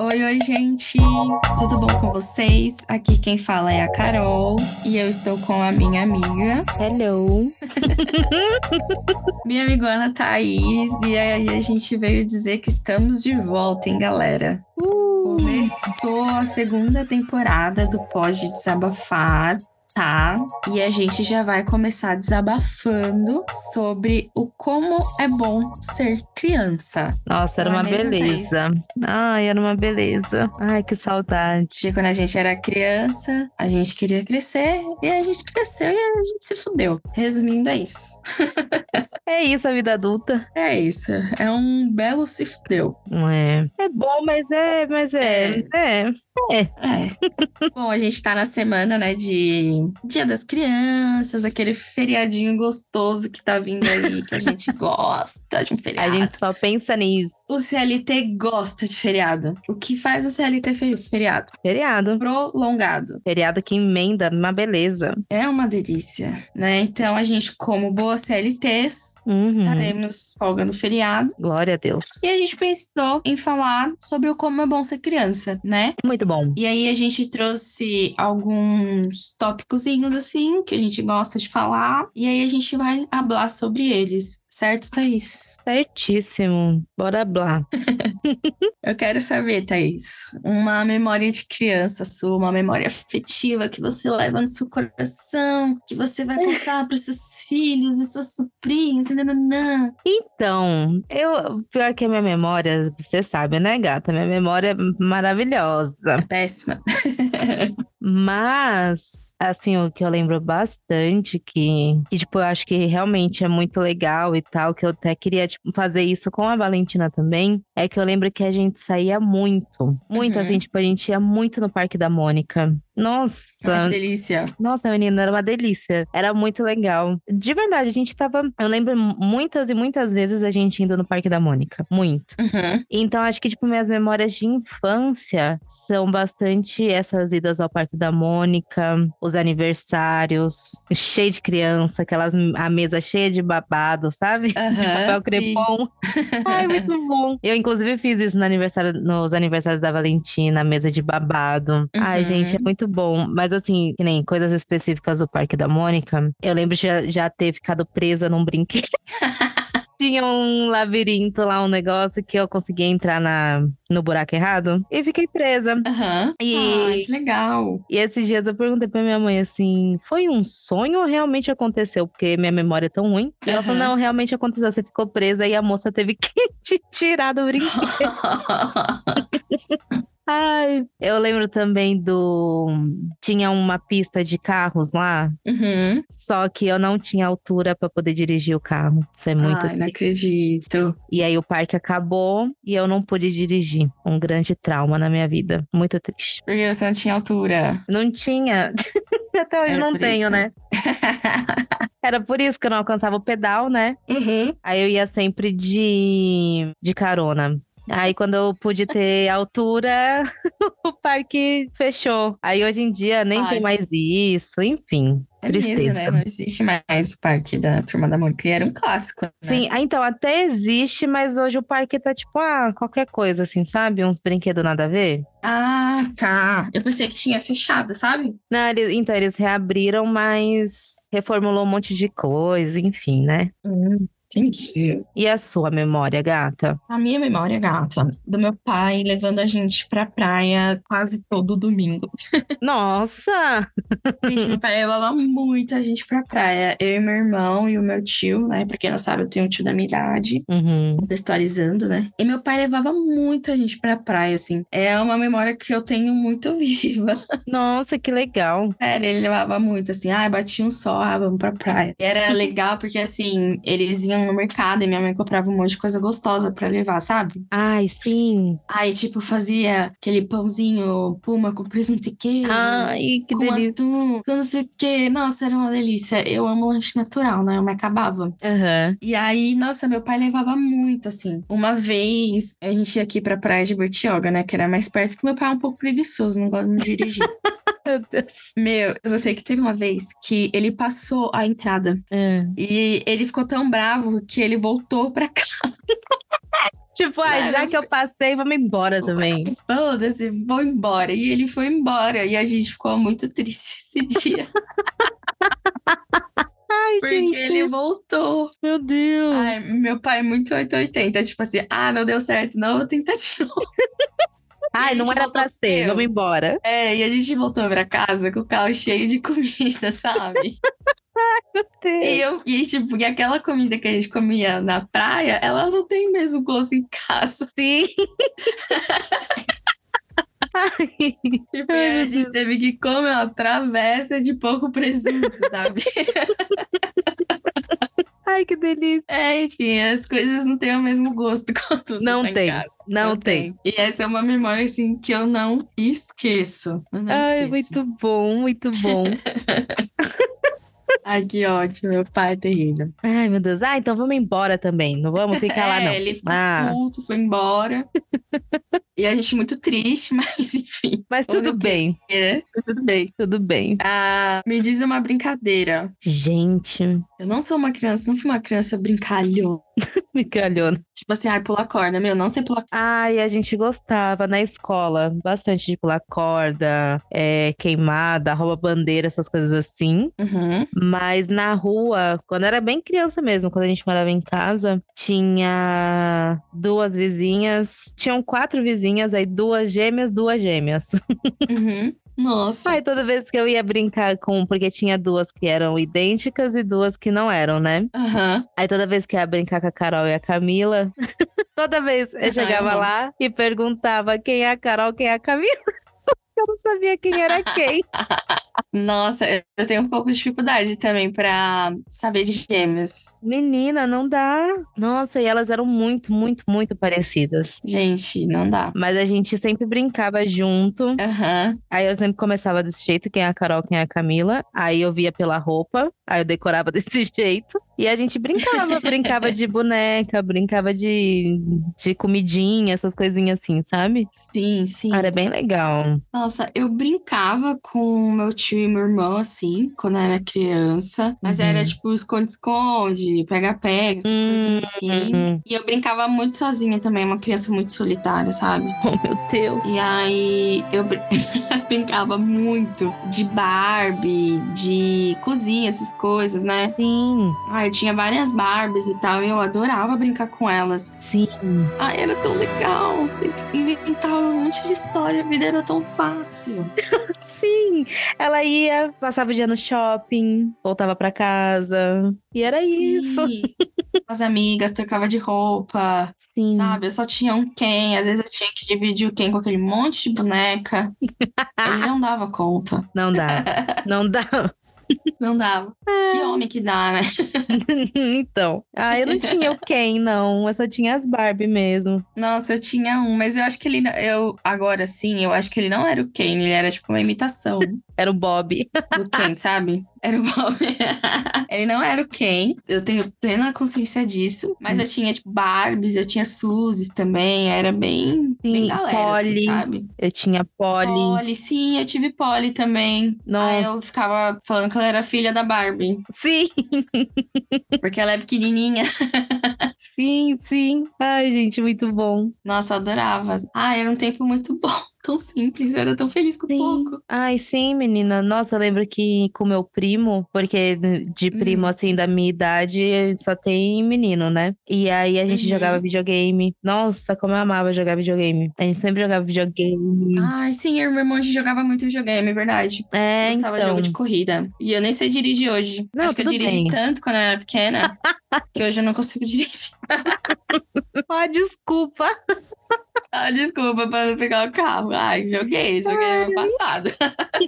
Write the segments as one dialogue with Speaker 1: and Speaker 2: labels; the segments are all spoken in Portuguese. Speaker 1: Oi, oi, gente! Tudo bom com vocês? Aqui quem fala é a Carol e eu estou com a minha amiga.
Speaker 2: Hello.
Speaker 1: Minha amigona Thaís, e aí a gente veio dizer que estamos de volta, hein, galera? Começou a segunda temporada do Pode Desabafar, tá? E a gente já vai começar desabafando sobre o como é bom ser criança.
Speaker 2: Nossa, era
Speaker 1: Não é
Speaker 2: uma
Speaker 1: mesmo,
Speaker 2: beleza. Ai, era uma beleza. Ai, que saudade.
Speaker 1: Porque quando a gente era criança, a gente queria crescer, e a gente cresceu e a gente se fudeu. Resumindo, é isso.
Speaker 2: É isso, a vida adulta.
Speaker 1: É isso. É um belo se fudeu.
Speaker 2: É. É bom, mas é, mas é. É.
Speaker 1: É. Bom, a gente tá na semana, né, de Dia das Crianças, aquele feriadinho gostoso que tá vindo aí, que a gente gosta de um
Speaker 2: A
Speaker 1: feriado.
Speaker 2: gente só pensa nisso.
Speaker 1: O CLT gosta de feriado. O que faz o CLT feliz? Feriado.
Speaker 2: Feriado.
Speaker 1: Prolongado.
Speaker 2: Feriado que emenda, uma beleza.
Speaker 1: É uma delícia, né? Então, a gente, como boas CLTs,
Speaker 2: Uhum.
Speaker 1: estaremos folga no feriado.
Speaker 2: Glória a Deus.
Speaker 1: E a gente pensou em falar sobre o como é bom ser criança, né?
Speaker 2: é Muito bom.
Speaker 1: E aí a gente trouxe alguns tópicozinhos assim que a gente gosta de falar. E aí a gente vai falar sobre eles, certo, Thaís?
Speaker 2: Certíssimo. Bora blá.
Speaker 1: Eu quero saber, Thaís, uma memória de criança sua, uma memória afetiva que você leva no seu coração, que você vai contar para seus filhos e seus sobrinhos, e nananã.
Speaker 2: Então, eu. Pior que a minha memória, você sabe, né, gata? Minha memória é maravilhosa.
Speaker 1: Péssima.
Speaker 2: Mas, assim, o que eu lembro bastante, que, que, tipo, eu acho que realmente é muito legal e tal, que eu até queria, tipo, fazer isso com a Valentina também, é que eu lembro que a gente saía muito. Muito,
Speaker 1: Uhum.
Speaker 2: assim, tipo, a gente ia muito no Parque da Mônica. Nossa,
Speaker 1: Ai, que delícia.
Speaker 2: nossa, menina, era uma delícia. Era muito legal. De verdade, a gente tava. Eu lembro muitas e muitas vezes a gente indo no Parque da Mônica. Muito.
Speaker 1: Uhum.
Speaker 2: Então, acho que, tipo, minhas memórias de infância são bastante essas idas ao Parque da Mônica, os aniversários, cheio de criança, aquelas a mesa cheia de babado, sabe?
Speaker 1: Aham.
Speaker 2: Papel crepom. É? Ai, muito bom. Eu, inclusive, fiz isso no aniversário, nos aniversários da Valentina, a mesa de babado. Ai,
Speaker 1: Uhum.
Speaker 2: gente, é muito bom. Mas, assim, que nem coisas específicas do Parque da Mônica, eu lembro de já, já ter ficado presa num brinquedo. Tinha um labirinto lá, um negócio que eu consegui entrar na, no buraco errado e fiquei presa.
Speaker 1: Aham.
Speaker 2: E-
Speaker 1: Ai, que legal.
Speaker 2: E esses dias eu perguntei pra minha mãe assim: foi um sonho ou realmente aconteceu? Porque minha memória é tão ruim. E ela falou:
Speaker 1: Aham.
Speaker 2: não, realmente aconteceu. Você ficou presa e a moça teve que te tirar do brinquedo. Ai, eu lembro também do. Tinha uma pista de carros lá,
Speaker 1: Uhum.
Speaker 2: só que eu não tinha altura pra poder dirigir o carro. Isso é muito.
Speaker 1: Ai, né? não
Speaker 2: triste.
Speaker 1: acredito.
Speaker 2: E aí o parque acabou e eu não pude dirigir. Um grande trauma na minha vida. Muito triste.
Speaker 1: Porque você não tinha altura.
Speaker 2: Não tinha. Até hoje
Speaker 1: Era
Speaker 2: não
Speaker 1: por
Speaker 2: tenho,
Speaker 1: isso.
Speaker 2: né? Era por isso que eu não alcançava o pedal, né?
Speaker 1: Uhum.
Speaker 2: Aí eu ia sempre de, de carona. Aí quando eu pude ter altura, o parque fechou. Aí hoje em dia nem
Speaker 1: Ai.
Speaker 2: tem mais isso, enfim.
Speaker 1: É
Speaker 2: Tristeza.
Speaker 1: mesmo, né? Não existe mais o parque da Turma da Mônica. E era um clássico, né?
Speaker 2: Sim, ah, então até existe, mas hoje o parque tá tipo, ah, qualquer coisa assim, sabe? Uns brinquedos nada a ver.
Speaker 1: Ah, tá. Eu pensei que tinha fechado, sabe?
Speaker 2: Não, eles- então eles reabriram, mas reformulou um monte de coisa, enfim, né?
Speaker 1: Hum, entendi.
Speaker 2: E a sua memória, gata?
Speaker 1: A minha memória, é gata, do meu pai levando a gente pra praia quase todo domingo.
Speaker 2: Nossa!
Speaker 1: Gente, meu pai levava muito a gente pra praia. Eu e meu irmão e o meu tio, né? Pra quem não sabe, eu tenho um tio da minha idade.
Speaker 2: Uhum.
Speaker 1: contextualizando, né? E meu pai levava muita gente pra praia, assim. É uma memória que eu tenho muito viva.
Speaker 2: Nossa, que legal.
Speaker 1: Sério, ele levava muito, assim. Ah, bati um sol, ah, vamos pra praia. E era legal porque, assim, eles iam no mercado e minha mãe comprava um monte de coisa gostosa pra levar, sabe?
Speaker 2: Ai, sim.
Speaker 1: Aí, tipo, fazia aquele pãozinho puma com presunto e queijo.
Speaker 2: Ai, Ah, que
Speaker 1: com
Speaker 2: delícia.
Speaker 1: atum, com não sei o quê. Nossa, era uma delícia. Eu amo lanche natural, né? Eu me acabava.
Speaker 2: Aham.
Speaker 1: E aí, nossa, meu pai levava muito, assim. Uma vez, a gente ia aqui pra praia de Bertioga, né? Que era mais perto, que meu pai é um pouco preguiçoso, não gosta de me dirigir.
Speaker 2: Meu Deus.
Speaker 1: meu, eu só sei que teve uma vez que ele passou a entrada.
Speaker 2: É.
Speaker 1: E ele ficou tão bravo que ele voltou pra casa.
Speaker 2: Tipo, ah, já que eu passei, vamos embora também.
Speaker 1: Foda-se, vou embora. E ele foi embora. E a gente ficou muito triste esse dia.
Speaker 2: Ai,
Speaker 1: Porque
Speaker 2: gente,
Speaker 1: ele é um voltou.
Speaker 2: meu Deus.
Speaker 1: Ai, meu pai é muito 880. Tipo assim, ah, não deu certo, não, vou tentar de novo.
Speaker 2: Ai, não
Speaker 1: gente, tá
Speaker 2: era pra
Speaker 1: voltou
Speaker 2: ser,
Speaker 1: eu.
Speaker 2: vamos embora.
Speaker 1: É, e a gente voltou pra casa com o carro cheio de comida, sabe? e, eu, e, tipo, e aquela comida que a gente comia na praia, ela não tem mesmo gosto em casa.
Speaker 2: Sim. Ai,
Speaker 1: Tipo, e
Speaker 2: Ai,
Speaker 1: aí
Speaker 2: meu
Speaker 1: a gente teve que comer uma travessa de pouco presunto, sabe?
Speaker 2: ai, que delícia.
Speaker 1: É, enfim, as coisas não têm o mesmo gosto quando você
Speaker 2: Não
Speaker 1: tá em
Speaker 2: tem,
Speaker 1: casa.
Speaker 2: não tem.
Speaker 1: E essa é uma memória, assim, que eu não esqueço. Eu não
Speaker 2: Ai,
Speaker 1: esqueço.
Speaker 2: muito bom, muito bom.
Speaker 1: Ai, que ótimo, meu pai é terrível.
Speaker 2: Ai, meu Deus. Ah, então vamos embora também. Não vamos ficar lá,
Speaker 1: é,
Speaker 2: não.
Speaker 1: ele ficou
Speaker 2: Ah,
Speaker 1: puto, foi embora. e a gente muito triste, mas enfim,
Speaker 2: mas tudo
Speaker 1: Tudo
Speaker 2: bem,
Speaker 1: é, foi tudo bem.
Speaker 2: tudo bem.
Speaker 1: Ah, me diz uma brincadeira.
Speaker 2: Gente,
Speaker 1: Eu não sou uma criança, não fui uma criança brincalhona.
Speaker 2: me calhou.
Speaker 1: Tipo assim, ai, pula corda, meu, não sei pular
Speaker 2: Ai, a gente gostava na escola bastante de pular corda, é, queimada, rouba bandeira, essas coisas assim.
Speaker 1: Uhum.
Speaker 2: Mas na rua, quando era bem criança mesmo, quando a gente morava em casa, tinha duas vizinhas, tinham quatro vizinhas, aí duas gêmeas, duas gêmeas.
Speaker 1: Uhum. Nossa.
Speaker 2: Aí toda vez que eu ia brincar com, porque tinha duas que eram idênticas e duas que não eram, né?
Speaker 1: Aham.
Speaker 2: Aí toda vez que eu ia brincar com a Carol e a Camila, toda vez eu
Speaker 1: Ai,
Speaker 2: chegava
Speaker 1: eu amo.
Speaker 2: lá e perguntava quem é a Carol, quem é a Camila. Eu não sabia quem era quem.
Speaker 1: Nossa, eu- eu tenho um pouco de dificuldade também pra saber de gêmeos.
Speaker 2: Menina, não dá. Nossa, e elas eram muito, muito, muito parecidas.
Speaker 1: Gente, não dá.
Speaker 2: Mas a gente sempre brincava junto.
Speaker 1: Aham.
Speaker 2: Aí eu sempre começava desse jeito, quem é a Carol, quem é a Camila. Aí eu via pela roupa, aí eu decorava desse jeito. E a gente brincava, brincava de boneca, brincava de, de comidinha, essas coisinhas assim, sabe?
Speaker 1: Sim, sim.
Speaker 2: Era bem legal.
Speaker 1: Nossa, eu brincava com meu tio e meu irmão, assim, quando eu era criança. Mas
Speaker 2: Uhum.
Speaker 1: era tipo esconde-esconde, pega-pega, essas
Speaker 2: Hum,
Speaker 1: coisas assim.
Speaker 2: hum.
Speaker 1: E eu brincava muito sozinha também, uma criança muito solitária, sabe?
Speaker 2: Oh, meu Deus.
Speaker 1: E aí eu brin- brincava muito de Barbie, de cozinha, essas coisas, né?
Speaker 2: Sim,
Speaker 1: Ah, eu tinha várias Barbies e tal, e eu adorava brincar com elas.
Speaker 2: sim.
Speaker 1: Ai, era tão legal. Sempre inventava um monte de história, a vida era tão fácil.
Speaker 2: Sim, ela ia, passava o dia no shopping, voltava pra casa. E era
Speaker 1: Sim.
Speaker 2: isso.
Speaker 1: As amigas trocava de roupa,
Speaker 2: Sim.
Speaker 1: sabe? Eu só tinha um Ken, às vezes eu tinha que dividir o Ken com aquele monte de boneca. Ele não dava conta.
Speaker 2: Não dá. Não dá.
Speaker 1: Não dava. Que homem que dá, né?
Speaker 2: então. Ah, eu não tinha o Ken, não. Eu só tinha as Barbie mesmo.
Speaker 1: Nossa, eu tinha um, mas eu acho que ele. não- Eu, agora sim, eu acho que ele não era o Ken, ele era tipo uma imitação.
Speaker 2: Era o Bob.
Speaker 1: do Ken, sabe? Era o Bob. Ele não era o Ken, eu tenho plena consciência disso. Mas eu tinha, tipo, Barbies, eu tinha Suzes também, era bem, bem
Speaker 2: Sim,
Speaker 1: galera, assim,
Speaker 2: Polly.
Speaker 1: sabe?
Speaker 2: Eu tinha Polly.
Speaker 1: Polly, sim, eu tive Polly também. Aí
Speaker 2: Nossa,
Speaker 1: eu ficava falando que ela era filha da Barbie,
Speaker 2: sim,
Speaker 1: porque ela é pequenininha.
Speaker 2: sim, sim. Ai, gente, muito bom.
Speaker 1: Nossa, eu adorava. Ah, era um tempo muito bom, tão simples, eu era tão feliz com
Speaker 2: Sim.
Speaker 1: pouco.
Speaker 2: Ai, sim, menina. Nossa, eu lembro que com meu primo, porque de primo,
Speaker 1: Hum.
Speaker 2: assim, da minha idade, só tem menino, né? E aí a gente
Speaker 1: Uhum.
Speaker 2: jogava videogame. Nossa, como eu amava jogar videogame. A gente sempre jogava videogame.
Speaker 1: Ai, sim, eu e meu irmão a gente jogava muito videogame, é verdade.
Speaker 2: É,
Speaker 1: Gostava de
Speaker 2: então.
Speaker 1: jogo de corrida. E eu nem sei dirigir hoje.
Speaker 2: Não,
Speaker 1: Acho que eu
Speaker 2: tudo
Speaker 1: dirigi
Speaker 2: bem.
Speaker 1: tanto quando eu era pequena que hoje eu não consigo dirigir.
Speaker 2: Ah, desculpa.
Speaker 1: Ah, desculpa pra não pegar o carro. Ai, joguei, joguei no ano passado.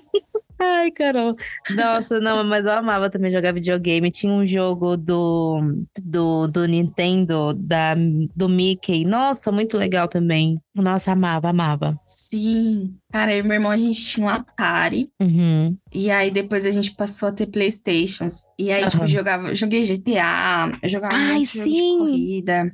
Speaker 2: Ai, Carol. Nossa, não, mas eu amava também jogar videogame. Tinha um jogo do, do, do Nintendo, da, do Mickey. Nossa, muito legal também. Nossa, amava, amava.
Speaker 1: Sim. Cara, eu e meu irmão a gente tinha um Atari.
Speaker 2: Uhum.
Speaker 1: E aí depois a gente passou a ter Playstations. E aí, tipo,
Speaker 2: Aham.
Speaker 1: jogava, joguei GTA, eu jogava
Speaker 2: Ai,
Speaker 1: muito jogo de
Speaker 2: sim.
Speaker 1: corrida.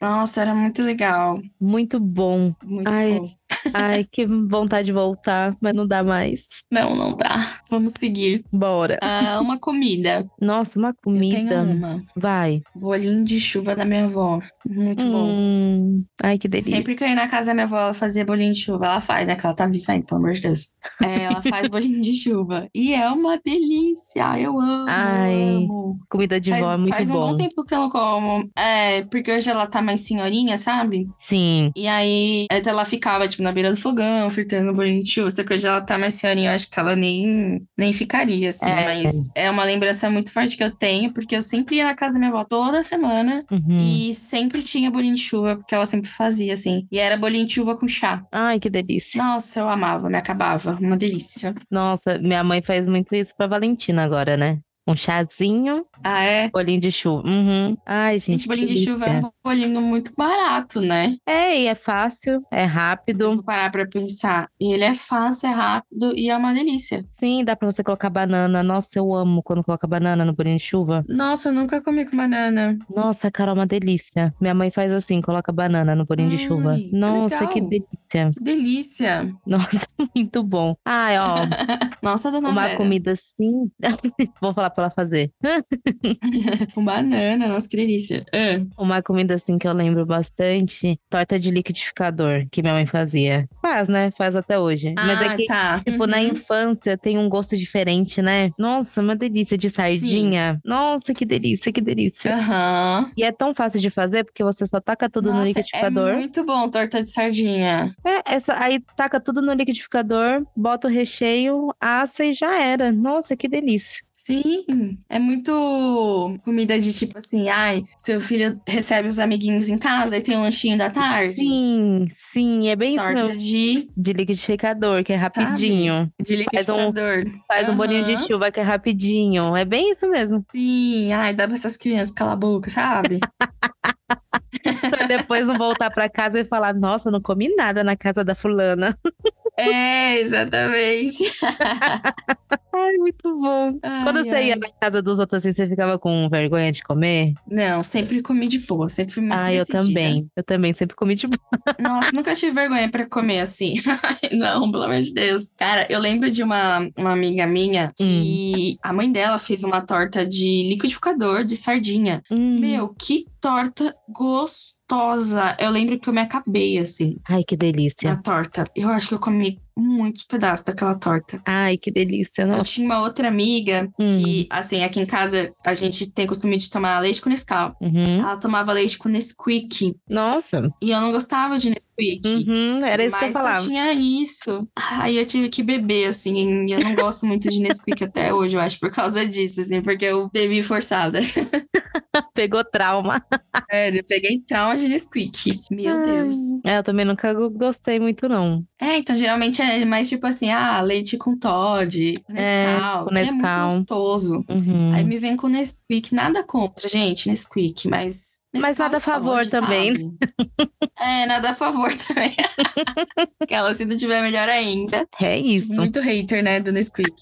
Speaker 1: Nossa, era muito legal.
Speaker 2: Muito bom.
Speaker 1: Muito
Speaker 2: Ai.
Speaker 1: bom.
Speaker 2: Ai, que vontade de voltar, mas não dá mais.
Speaker 1: Não, não dá. Vamos seguir.
Speaker 2: Bora.
Speaker 1: Ah, uma comida.
Speaker 2: Nossa, uma
Speaker 1: Eu
Speaker 2: comida.
Speaker 1: tenho um. uma.
Speaker 2: Vai.
Speaker 1: Bolinho de chuva da minha avó. Muito bom.
Speaker 2: Hum, Ai, que delícia.
Speaker 1: Sempre que eu ia na casa da minha avó, ela fazia bolinho de chuva. Ela faz, né? Que ela tá viva ainda, pelo amor de Deus. É, ela faz bolinho de chuva. E é uma delícia. Eu amo.
Speaker 2: Ai,
Speaker 1: amo.
Speaker 2: Comida de
Speaker 1: Faz,
Speaker 2: vó é muito
Speaker 1: faz um
Speaker 2: bom.
Speaker 1: bom tempo que eu não como. É, porque hoje ela tá mais senhorinha, sabe?
Speaker 2: Sim.
Speaker 1: E aí, antes ela ficava, tipo, na beira do fogão, fritando bolinho de chuva. Só que hoje ela tá mais senhorinha, eu acho que ela nem, nem ficaria, assim.
Speaker 2: É.
Speaker 1: Mas é uma lembrança muito forte que eu tenho, porque eu sempre ia na casa da minha avó toda semana.
Speaker 2: Uhum.
Speaker 1: E sempre tinha bolinho de chuva, porque ela sempre fazia, assim. E era bolinho de chuva com chá.
Speaker 2: Ai, que delícia.
Speaker 1: Nossa, eu amava, me acabava. Uma delícia.
Speaker 2: Nossa, minha mãe faz muito isso pra Valentina agora, né? Um chazinho,
Speaker 1: Ah, é?
Speaker 2: bolinho de chuva. Uhum. Ai, gente.
Speaker 1: Gente,
Speaker 2: que
Speaker 1: bolinho de chuva é
Speaker 2: delícia.
Speaker 1: um bolinho muito barato, né?
Speaker 2: É, e é fácil, é rápido.
Speaker 1: Vou parar pra pensar. E ele é fácil, é rápido e é uma delícia.
Speaker 2: Sim, dá pra você colocar banana. Nossa, eu amo quando coloca banana no bolinho de chuva.
Speaker 1: Nossa, eu nunca comi com banana.
Speaker 2: Nossa, cara, é uma delícia. Minha mãe faz assim, coloca banana no bolinho de chuva.
Speaker 1: Ai, que
Speaker 2: Nossa, que
Speaker 1: legal.
Speaker 2: delícia.
Speaker 1: Que delícia.
Speaker 2: Nossa, muito bom. Ai, ó,
Speaker 1: Nossa, dona
Speaker 2: uma
Speaker 1: Vera,
Speaker 2: comida assim. Vou falar pra ela fazer.
Speaker 1: com banana, nossa, que delícia. Ah,
Speaker 2: Uma comida assim que eu lembro bastante, torta de liquidificador que minha mãe fazia. Faz, né? Faz até hoje. Mas é
Speaker 1: ah,
Speaker 2: que,
Speaker 1: tá.
Speaker 2: tipo, na
Speaker 1: Uhum.
Speaker 2: infância tem um gosto diferente, né? Nossa, uma delícia de sardinha. Nossa, que delícia, que delícia.
Speaker 1: Aham.
Speaker 2: E é tão fácil de fazer porque você só taca tudo no tipo,
Speaker 1: Nossa,
Speaker 2: liquidificador.
Speaker 1: é muito bom torta de sardinha.
Speaker 2: É, essa, aí taca tudo no liquidificador, bota o recheio, assa e já era. Nossa, que delícia.
Speaker 1: Sim, é muito comida de tipo assim, ai, seu filho recebe os amiguinhos em casa e tem um lanchinho da tarde.
Speaker 2: Sim, sim, é bem isso
Speaker 1: Torta
Speaker 2: mesmo.
Speaker 1: de,
Speaker 2: De liquidificador, que é
Speaker 1: Sabe?
Speaker 2: rapidinho.
Speaker 1: de
Speaker 2: Faz um-
Speaker 1: liquidificador.
Speaker 2: Faz um bolinho de
Speaker 1: Aham.
Speaker 2: chuva que é rapidinho. É bem isso mesmo.
Speaker 1: Sim, ai, dá pra essas crianças calar a boca, sabe?
Speaker 2: Pra depois não voltar pra casa e falar: Nossa, eu não comi nada na casa da fulana.
Speaker 1: É, exatamente.
Speaker 2: Ai, muito bom. Quando
Speaker 1: Ai,
Speaker 2: você ia
Speaker 1: ai.
Speaker 2: na casa dos outros assim, você ficava com vergonha de comer?
Speaker 1: Não, sempre comi de boa, sempre fui muito
Speaker 2: Ah, eu
Speaker 1: decidida.
Speaker 2: também. Eu também sempre comi de boa.
Speaker 1: Nossa, nunca tive vergonha pra comer assim. Ai, Não, pelo amor de Deus. Cara, eu lembro de uma, uma amiga minha
Speaker 2: Hum.
Speaker 1: que a mãe dela fez uma torta de liquidificador de sardinha.
Speaker 2: Hum.
Speaker 1: Meu, que torta gostosa. Eu lembro que eu me acabei assim
Speaker 2: Ai, que delícia.
Speaker 1: na torta. Eu acho que eu comi muitos pedaços daquela torta.
Speaker 2: Ai, que delícia.
Speaker 1: Eu
Speaker 2: Nossa.
Speaker 1: tinha uma outra amiga
Speaker 2: Hum.
Speaker 1: que, assim, aqui em casa a gente tem costume de tomar leite com Nescau.
Speaker 2: Uhum.
Speaker 1: Ela tomava leite com Nesquik.
Speaker 2: Nossa.
Speaker 1: E eu não gostava de Nesquik.
Speaker 2: Uhum, Era isso
Speaker 1: mas
Speaker 2: que eu falava.
Speaker 1: só tinha isso. Aí eu tive que beber, assim. E eu não gosto muito de Nesquik até hoje, eu acho, por causa disso, assim, porque eu bebi forçada.
Speaker 2: Pegou trauma.
Speaker 1: Sério, eu peguei trauma de Nesquik. Meu
Speaker 2: Ai.
Speaker 1: Deus.
Speaker 2: É, eu também nunca go- gostei muito, não.
Speaker 1: É, então geralmente é mais tipo assim, ah, leite com Todd, Nescau,
Speaker 2: com
Speaker 1: que é
Speaker 2: Nescau.
Speaker 1: muito gostoso.
Speaker 2: Uhum.
Speaker 1: Aí me vem com Nesquik, nada contra, gente, Nesquik, mas.
Speaker 2: Mas
Speaker 1: Nescau
Speaker 2: nada a
Speaker 1: e
Speaker 2: favor
Speaker 1: Todd,
Speaker 2: também.
Speaker 1: sabe? É, nada a favor também. Aquela, se não tiver melhor ainda. Tipo,
Speaker 2: É isso.
Speaker 1: Muito hater, né, do Nesquik.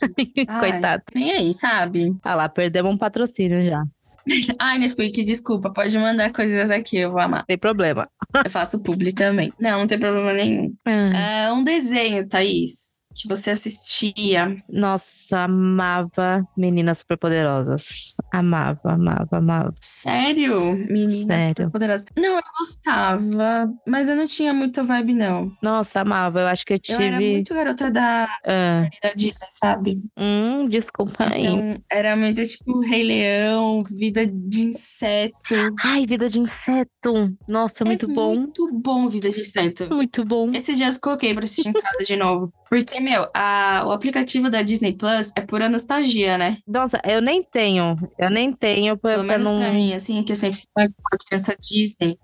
Speaker 1: Ai,
Speaker 2: Coitado.
Speaker 1: Nem aí, sabe?
Speaker 2: Ah lá, perdemos um patrocínio já. Não
Speaker 1: Ai, Nesquik, desculpa, pode mandar coisas aqui, eu vou amar.
Speaker 2: tem problema.
Speaker 1: Eu faço publi também. Não, não tem problema nenhum.
Speaker 2: Ah.
Speaker 1: É um desenho, Thaís, que você assistia.
Speaker 2: Nossa, amava Meninas Superpoderosas. Amava, amava, amava.
Speaker 1: Sério? Menina
Speaker 2: Sério.
Speaker 1: superpoderosa. Não, eu gostava, mas eu não tinha muita vibe, não.
Speaker 2: Nossa, amava. Eu acho que eu
Speaker 1: Eu
Speaker 2: tive.
Speaker 1: era muito garota da,
Speaker 2: Ah,
Speaker 1: da Disney, sabe?
Speaker 2: hum, desculpa aí.
Speaker 1: Então, era muito tipo Rei Leão, vida de inseto.
Speaker 2: Ai, vida de inseto. Nossa, Ah, tá muito
Speaker 1: é
Speaker 2: bom.
Speaker 1: Muito bom, vida de inseto.
Speaker 2: Muito bom.
Speaker 1: Esses dias eu coloquei pra assistir em casa de novo. Porque, meu, a- o aplicativo da Disney Plus é pura nostalgia, né?
Speaker 2: Nossa, eu nem tenho. Eu nem tenho pra,
Speaker 1: Pelo
Speaker 2: É, pra
Speaker 1: menos
Speaker 2: não.
Speaker 1: pra mim, assim, que eu sempre fui uma criança Disney.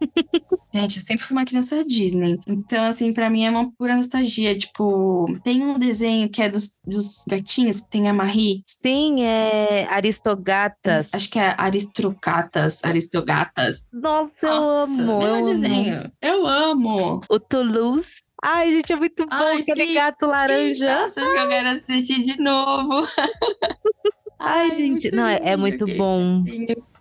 Speaker 1: Gente, eu sempre fui uma criança Disney. Então, assim, pra mim é uma pura nostalgia. Tipo, tem um desenho que é dos, dos gatinhos, que tem a Marie.
Speaker 2: Sim, é Aristogatas.
Speaker 1: Acho que é Aristogatas, Aristogatas.
Speaker 2: Nossa, eu
Speaker 1: Nossa,
Speaker 2: amo. Eu
Speaker 1: melhor
Speaker 2: amo.
Speaker 1: desenho. Eu amo.
Speaker 2: O Toulouse. Ai, gente, é muito bom.
Speaker 1: Ai,
Speaker 2: Aquele
Speaker 1: sim. Então,
Speaker 2: gato laranja.
Speaker 1: Nossa, acho que eu quero assistir de novo.
Speaker 2: Ai,
Speaker 1: Ai,
Speaker 2: gente.
Speaker 1: muito
Speaker 2: Não, é, é
Speaker 1: lindo
Speaker 2: muito
Speaker 1: aquele
Speaker 2: bom.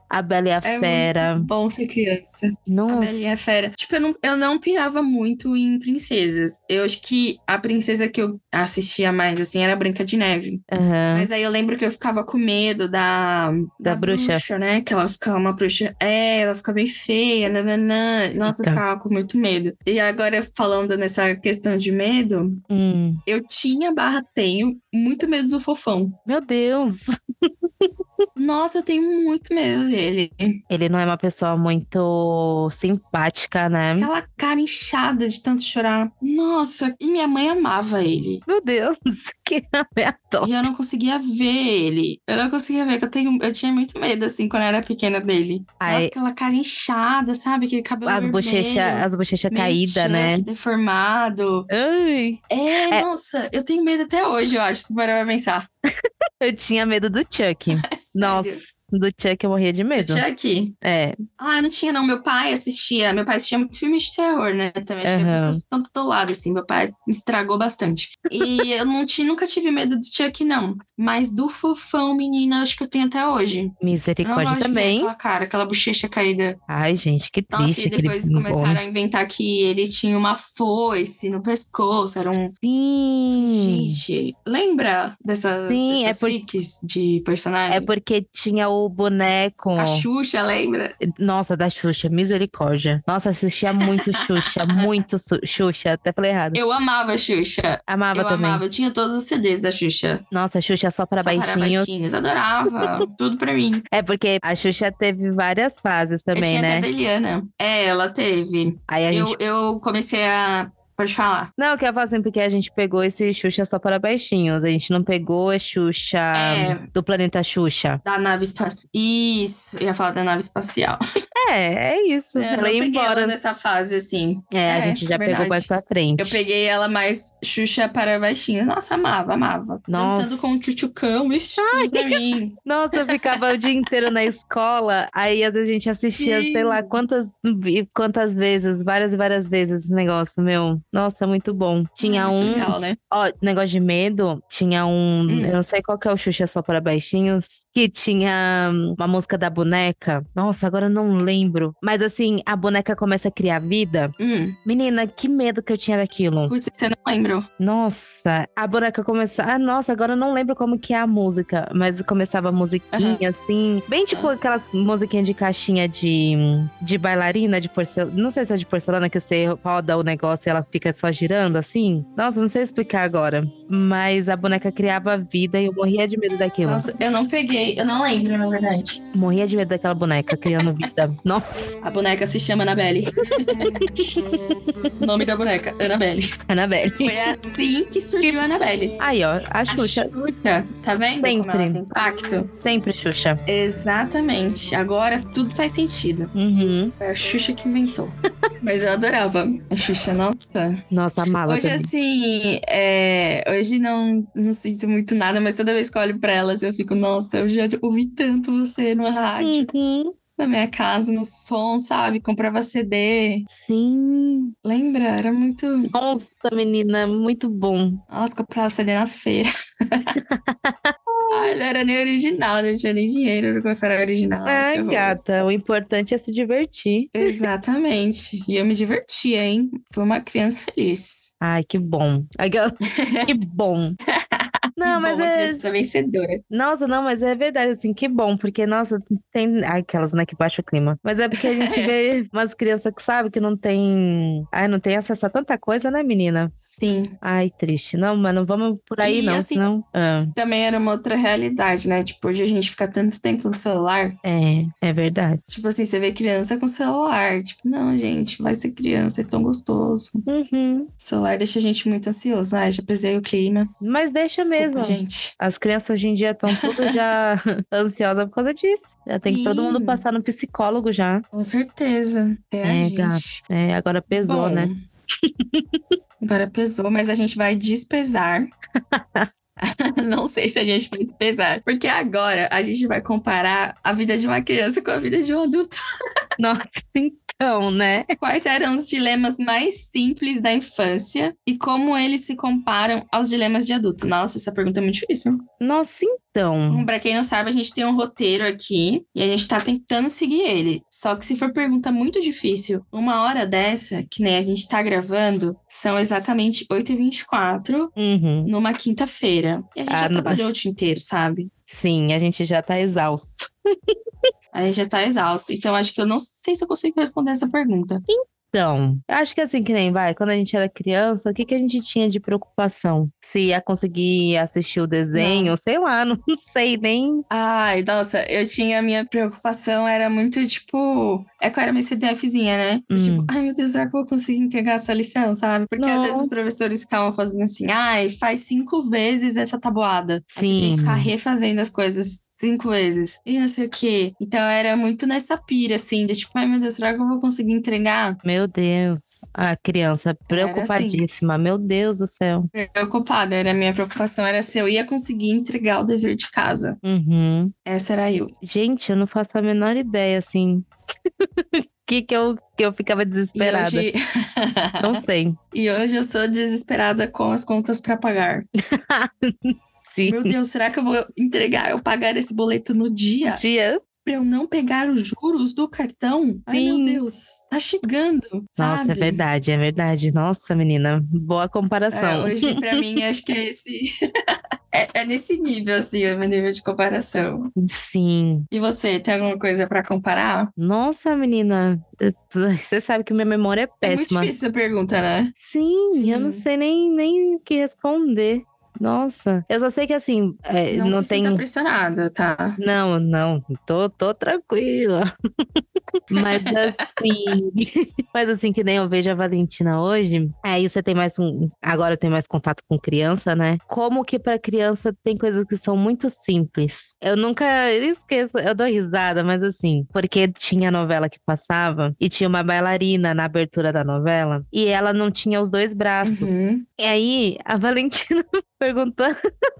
Speaker 2: A Bela e a
Speaker 1: É
Speaker 2: Fera.
Speaker 1: muito bom ser criança. A
Speaker 2: Nossa.
Speaker 1: Bela e a Fera. Tipo, eu não, eu não pirava muito em princesas. Eu acho que a princesa que eu assistia mais, assim, era a Branca de Neve.
Speaker 2: Aham.
Speaker 1: Mas aí eu lembro que eu ficava com medo da...
Speaker 2: Da bruxa.
Speaker 1: né? Que ela fica uma bruxa... É, ela fica bem feia, nananã. Nossa, eu
Speaker 2: Então.
Speaker 1: ficava com muito medo. E agora, falando nessa questão de medo,
Speaker 2: Hum.
Speaker 1: eu tinha, barra tenho, muito medo do Fofão.
Speaker 2: Meu Deus.
Speaker 1: Nossa, eu tenho muito medo dele.
Speaker 2: Ele não é uma pessoa muito simpática, né?
Speaker 1: Aquela cara inchada de tanto chorar. Nossa, e minha mãe amava ele.
Speaker 2: Meu Deus, que aleatório.
Speaker 1: E eu não conseguia ver ele. Eu não conseguia ver, que eu, tenho, eu tinha muito medo, assim, quando eu era pequena dele. Nossa,
Speaker 2: Ai,
Speaker 1: aquela cara inchada, sabe? Aquele cabelo
Speaker 2: as bochechas
Speaker 1: vermelho,
Speaker 2: as bochecha
Speaker 1: meio
Speaker 2: caídas,
Speaker 1: chunk,
Speaker 2: né?
Speaker 1: deformado.
Speaker 2: Ai,
Speaker 1: É,
Speaker 2: É.
Speaker 1: nossa, eu tenho medo até hoje, eu acho, se parar pra pensar.
Speaker 2: eu tinha medo do Chuck.
Speaker 1: É sério.
Speaker 2: Nossa, do Chuck eu morria de
Speaker 1: Eu
Speaker 2: medo.
Speaker 1: tinha aqui.
Speaker 2: É,
Speaker 1: Ah, eu não tinha, não. Meu pai assistia. Meu pai assistia muito filme de terror, né? Também acho que é por isso que eu
Speaker 2: Aham.
Speaker 1: sou tanto do lado, assim. Meu pai me estragou bastante. E eu não ti- nunca tive medo do Chuck, não. Mas do fofão, menina, acho que eu tenho até hoje. Eu não
Speaker 2: misericórdia
Speaker 1: gosto de ver
Speaker 2: também.
Speaker 1: aquela cara, aquela bochecha caída.
Speaker 2: Ai, gente, que
Speaker 1: Nossa,
Speaker 2: triste.
Speaker 1: e
Speaker 2: aquele
Speaker 1: depois
Speaker 2: filme bom.
Speaker 1: começaram a inventar que ele tinha uma foice no pescoço. Era um.
Speaker 2: Sim.
Speaker 1: Gente, lembra dessas,
Speaker 2: Sim,
Speaker 1: dessas
Speaker 2: é por-
Speaker 1: fics de
Speaker 2: É
Speaker 1: personagem?
Speaker 2: porque tinha o boneco.
Speaker 1: A Xuxa, lembra?
Speaker 2: Nossa, da Xuxa, misericórdia. Nossa, assistia muito Xuxa, muito su- Xuxa. Até falei errado.
Speaker 1: Eu amava a Xuxa.
Speaker 2: Amava
Speaker 1: eu
Speaker 2: também.
Speaker 1: amava. Eu tinha todos os CDs da Xuxa.
Speaker 2: Nossa, Xuxa só para
Speaker 1: Só
Speaker 2: baixinhos.
Speaker 1: baixinhos, adorava. Tudo pra mim.
Speaker 2: É porque a Xuxa teve várias fases
Speaker 1: eu
Speaker 2: também,
Speaker 1: tinha até
Speaker 2: né?
Speaker 1: a Deliana. É, ela teve.
Speaker 2: Aí a
Speaker 1: Eu,
Speaker 2: gente.
Speaker 1: eu comecei a. Pode falar.
Speaker 2: Não, eu quero falar assim, porque a gente pegou esse Xuxa só para baixinhos. A gente não pegou a Xuxa
Speaker 1: É.
Speaker 2: do planeta Xuxa.
Speaker 1: Da nave espacial. Isso, eu ia falar da nave espacial.
Speaker 2: É, é isso.
Speaker 1: Eu não
Speaker 2: ela ia
Speaker 1: peguei
Speaker 2: embora. né?
Speaker 1: ela nessa fase, assim.
Speaker 2: É, a
Speaker 1: É,
Speaker 2: gente já
Speaker 1: verdade.
Speaker 2: pegou mais pra frente.
Speaker 1: Eu peguei ela mais Xuxa para baixinho. Nossa, amava, amava.
Speaker 2: Nossa.
Speaker 1: Dançando com o tchutchucão, isso tudo pra mim.
Speaker 2: Nossa, eu ficava o dia inteiro na escola, aí às vezes a gente assistia, sei lá, quantas, quantas vezes, várias e várias vezes esse negócio, meu. Nossa, muito bom. Tinha
Speaker 1: Muito
Speaker 2: um,
Speaker 1: Legal, né?
Speaker 2: ó, negócio de medo, tinha um,
Speaker 1: Hum.
Speaker 2: eu não sei qual que é o Xuxa só para baixinhos, que tinha uma música da boneca. Nossa, agora eu não lembro. Mas assim, a boneca começa a criar vida.
Speaker 1: Hum.
Speaker 2: Menina, que medo que eu tinha daquilo.
Speaker 1: Putz, você não lembra?
Speaker 2: Nossa, a boneca começava. Ah, nossa, agora eu não lembro como que é a música, mas começava a musiquinha assim, bem tipo aquelas musiquinhas de caixinha de, de bailarina, de porcelana. Não sei se é de porcelana que você roda o negócio e ela fica só girando assim. Nossa, não sei explicar agora. Mas a boneca criava vida e eu morria de medo daquilo.
Speaker 1: Nossa, eu não peguei. Eu não lembro, na verdade.
Speaker 2: Morria de medo daquela boneca criando vida. Nossa,
Speaker 1: A boneca se chama Anabelle. Nome da boneca, Anabelle.
Speaker 2: Anabelle.
Speaker 1: Foi assim que surgiu a Anabelle.
Speaker 2: Aí, ó, a
Speaker 1: A
Speaker 2: Xuxa.
Speaker 1: Xuxa, tá vendo como
Speaker 2: Sempre.
Speaker 1: ela tem impacto?
Speaker 2: Sempre Xuxa.
Speaker 1: Exatamente. Agora tudo faz sentido.
Speaker 2: Uhum.
Speaker 1: Foi a Xuxa que inventou. Mas eu adorava a Xuxa, nossa.
Speaker 2: Nossa, a mala
Speaker 1: Hoje,
Speaker 2: também.
Speaker 1: assim, é, hoje não, não sinto muito nada, mas toda vez que eu olho pra elas, eu fico, nossa, eu já ouvi tanto você no rádio,
Speaker 2: Uhum.
Speaker 1: na minha casa, no som, sabe? Comprava CD.
Speaker 2: Sim.
Speaker 1: Lembra? Era muito.
Speaker 2: Nossa, menina, muito bom.
Speaker 1: Nossa, comprava CD na feira. Ai, não era nem original, não tinha nem dinheiro pra comprar original.
Speaker 2: Ai,
Speaker 1: Ah, Que horror.
Speaker 2: É, gata, o importante é se divertir.
Speaker 1: Exatamente. E eu me divertia, hein? Fui uma criança feliz.
Speaker 2: Ai, que bom. Aquela- Que bom. Não,
Speaker 1: Que
Speaker 2: mas
Speaker 1: bom, uma
Speaker 2: é.
Speaker 1: criança vencedora.
Speaker 2: Nossa, não, mas é verdade, assim, que bom, porque, nossa, tem. Ai, aquelas, né, que baixa o clima. Mas é porque a gente vê umas crianças que sabe que não tem. Ai, não tem acesso a tanta coisa, né, menina?
Speaker 1: Sim.
Speaker 2: Ai, triste. Não, mas não vamos por aí,
Speaker 1: E,
Speaker 2: não,
Speaker 1: assim,
Speaker 2: senão. Ah,
Speaker 1: Também era uma outra realidade, né? Tipo, hoje a gente fica tanto tempo no celular.
Speaker 2: é, é verdade.
Speaker 1: Tipo assim, você vê criança com celular. Tipo, não, gente, vai ser criança, é tão gostoso.
Speaker 2: Uhum.
Speaker 1: O celular deixa a gente muito ansioso. Ai, já pesei o clima.
Speaker 2: Mas deixa
Speaker 1: Desculpa,
Speaker 2: mesmo.
Speaker 1: gente.
Speaker 2: As crianças hoje em dia estão tudo já ansiosas por causa disso. Já tem que todo mundo
Speaker 1: Sim.
Speaker 2: passar no psicólogo já.
Speaker 1: Com certeza. Até a
Speaker 2: É,
Speaker 1: gente.
Speaker 2: gata. É, agora pesou,
Speaker 1: Bom,
Speaker 2: né?
Speaker 1: Agora pesou, mas a gente vai despesar. Não sei se a gente vai despesar. Porque agora a gente vai comparar a vida de uma criança com a vida de um adulto.
Speaker 2: Nossa, então, né?
Speaker 1: Quais eram os dilemas mais simples da infância e como eles se comparam aos dilemas de adulto? Nossa, essa pergunta é muito difícil.
Speaker 2: Nossa, Então,
Speaker 1: Bom, Pra quem não sabe, a gente tem um roteiro aqui e a gente tá tentando seguir ele. Só que se for pergunta muito difícil, uma hora dessa, que nem a gente tá gravando, são exatamente 8h24
Speaker 2: uhum,
Speaker 1: numa quinta-feira. E a gente
Speaker 2: Ah,
Speaker 1: já
Speaker 2: não-
Speaker 1: trabalhou o dia inteiro, sabe?
Speaker 2: sim, a gente já tá exausto.
Speaker 1: A gente já tá exausto. Então acho que eu não sei se eu consigo responder essa pergunta.
Speaker 2: Então, eu acho que assim que nem vai, quando a gente era criança, o que, que a gente tinha de preocupação? Se ia conseguir assistir o desenho,
Speaker 1: Nossa.
Speaker 2: sei lá, não sei nem.
Speaker 1: Ai, nossa, eu tinha. Minha preocupação era muito tipo. É que eu era minha CDFzinha, né? Eu,
Speaker 2: Hum.
Speaker 1: Tipo, ai meu Deus, será que eu vou conseguir entregar essa lição, sabe? Porque às
Speaker 2: Não.
Speaker 1: vezes os professores ficavam fazendo assim, ai, faz cinco vezes essa tabuada. Aí você tinha que
Speaker 2: Sim.
Speaker 1: ficar refazendo as coisas cinco vezes. E não sei o quê. Então era muito nessa pira, assim, de tipo, ai meu Deus, será que eu vou conseguir entregar?
Speaker 2: Meu Deus, a criança
Speaker 1: assim.
Speaker 2: preocupadíssima, meu Deus do céu.
Speaker 1: Preocupada, era a minha preocupação, era se eu ia conseguir entregar o dever de casa.
Speaker 2: Uhum.
Speaker 1: Essa era eu.
Speaker 2: Gente, eu não faço a menor ideia, assim. que que eu, que eu ficava
Speaker 1: E
Speaker 2: desesperada?
Speaker 1: hoje.
Speaker 2: Não sei.
Speaker 1: E hoje eu sou desesperada com as contas pra pagar.
Speaker 2: Sim.
Speaker 1: Meu Deus, será que eu vou entregar, eu pagar esse boleto no dia
Speaker 2: um Dia.
Speaker 1: pra eu não pegar os juros do cartão? Ai, meu
Speaker 2: Sim.
Speaker 1: Deus, tá chegando,
Speaker 2: Nossa,
Speaker 1: sabe?
Speaker 2: é verdade, é verdade. Nossa, menina, boa
Speaker 1: É,
Speaker 2: comparação.
Speaker 1: hoje, pra mim, acho que é esse. é, é nesse nível, assim, é meu nível de comparação.
Speaker 2: Sim.
Speaker 1: E você, tem alguma coisa pra comparar?
Speaker 2: Nossa, menina, eu- você sabe que minha memória é
Speaker 1: É muito
Speaker 2: péssima.
Speaker 1: difícil essa pergunta, né?
Speaker 2: Sim, eu não
Speaker 1: Sim.
Speaker 2: sei nem, nem o que responder. Nossa, eu só sei que assim, é,
Speaker 1: Não,
Speaker 2: não,
Speaker 1: se
Speaker 2: tem.
Speaker 1: sinta pressionada, tá?
Speaker 2: Não, não, tô, tô tranquila. Mas assim, mas assim que nem eu vejo a Valentina hoje, aí você tem mais um, agora tem mais contato com criança, né? Como que pra criança tem coisas que são muito simples. Eu nunca esqueço, eu dou risada, mas assim, porque tinha novela que passava e tinha uma bailarina na abertura da novela e ela não tinha os dois braços.
Speaker 1: Uhum.
Speaker 2: E aí, a Valentina perguntou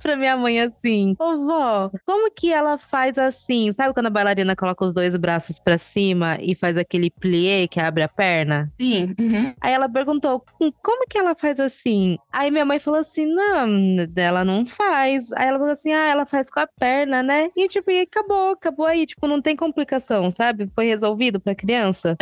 Speaker 2: pra minha mãe assim: Ô vó, como que ela faz assim? Sabe quando a bailarina coloca os dois braços pra cima e faz aquele plié que abre a perna?
Speaker 1: Sim. uhum.
Speaker 2: Aí ela perguntou: "Com- como que ela faz assim? Aí minha mãe falou assim: não, ela não faz. Aí ela falou assim: ah, ela faz com a perna, né? E tipo, e acabou, acabou aí. Tipo, não tem complicação, sabe? Foi resolvido pra criança.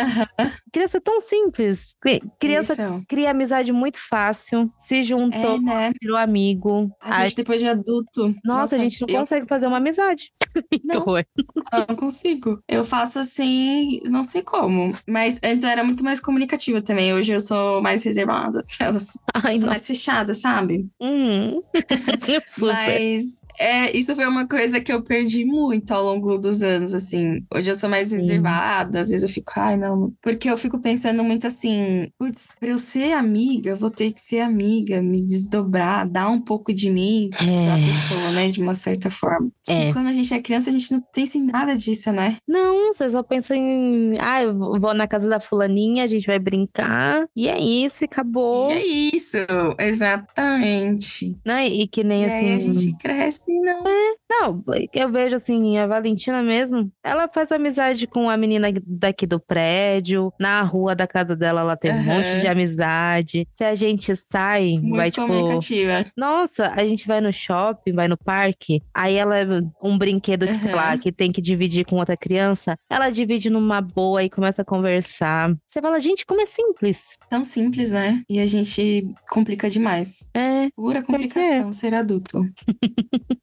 Speaker 2: Criança é tão simples. Cri- Criança um
Speaker 1: Isso.
Speaker 2: cria amizade muito fácil, se juntou,
Speaker 1: É, né?
Speaker 2: virou amigo.
Speaker 1: A
Speaker 2: Aí-
Speaker 1: gente, depois de adulto.
Speaker 2: nossa, a gente não
Speaker 1: eu
Speaker 2: consegue fazer uma amizade. Que
Speaker 1: Não.
Speaker 2: horror.
Speaker 1: Eu não consigo. Eu faço assim, não sei como. Mas antes eu era muito mais comunicativa também. Hoje eu sou mais reservada. Eu sou
Speaker 2: Ai, não.
Speaker 1: mais fechada, sabe?
Speaker 2: Hum. Super.
Speaker 1: Mas é, isso foi uma coisa que eu perdi muito ao longo dos anos, assim. Hoje eu sou mais
Speaker 2: Sim.
Speaker 1: reservada, às vezes eu fico, ai, não. Porque eu fico pensando muito assim, putz, pra eu ser amiga, eu vou ter que ser amiga, me desdobrar, dar um pouco de mim pra
Speaker 2: É.
Speaker 1: pessoa, né? De uma certa forma.
Speaker 2: É.
Speaker 1: E quando a gente é criança, a gente não pensa em nada disso, né?
Speaker 2: Não, você só pensa em. Ah, eu vou na casa da fulaninha, a gente vai brincar. E é isso, e acabou.
Speaker 1: E é isso, exatamente.
Speaker 2: Né? E que nem
Speaker 1: e
Speaker 2: assim.
Speaker 1: aí a gente cresce e não.
Speaker 2: Não, eu vejo assim, a Valentina mesmo, ela faz amizade com a menina daqui do prédio, na rua da casa dela ela tem um
Speaker 1: Aham.
Speaker 2: monte de amizade. Se a gente sai,
Speaker 1: Muito
Speaker 2: vai tipo,
Speaker 1: comunicativa.
Speaker 2: Nossa, a gente vai no shopping, vai no parque, aí ela um brinquedo que, sei lá,
Speaker 1: Aham.
Speaker 2: que tem que dividir com outra criança, ela divide numa boa e começa a conversar. Você fala, gente, como é simples.
Speaker 1: Tão simples, né? E a gente complica demais.
Speaker 2: É,
Speaker 1: Pura complicação ser adulto.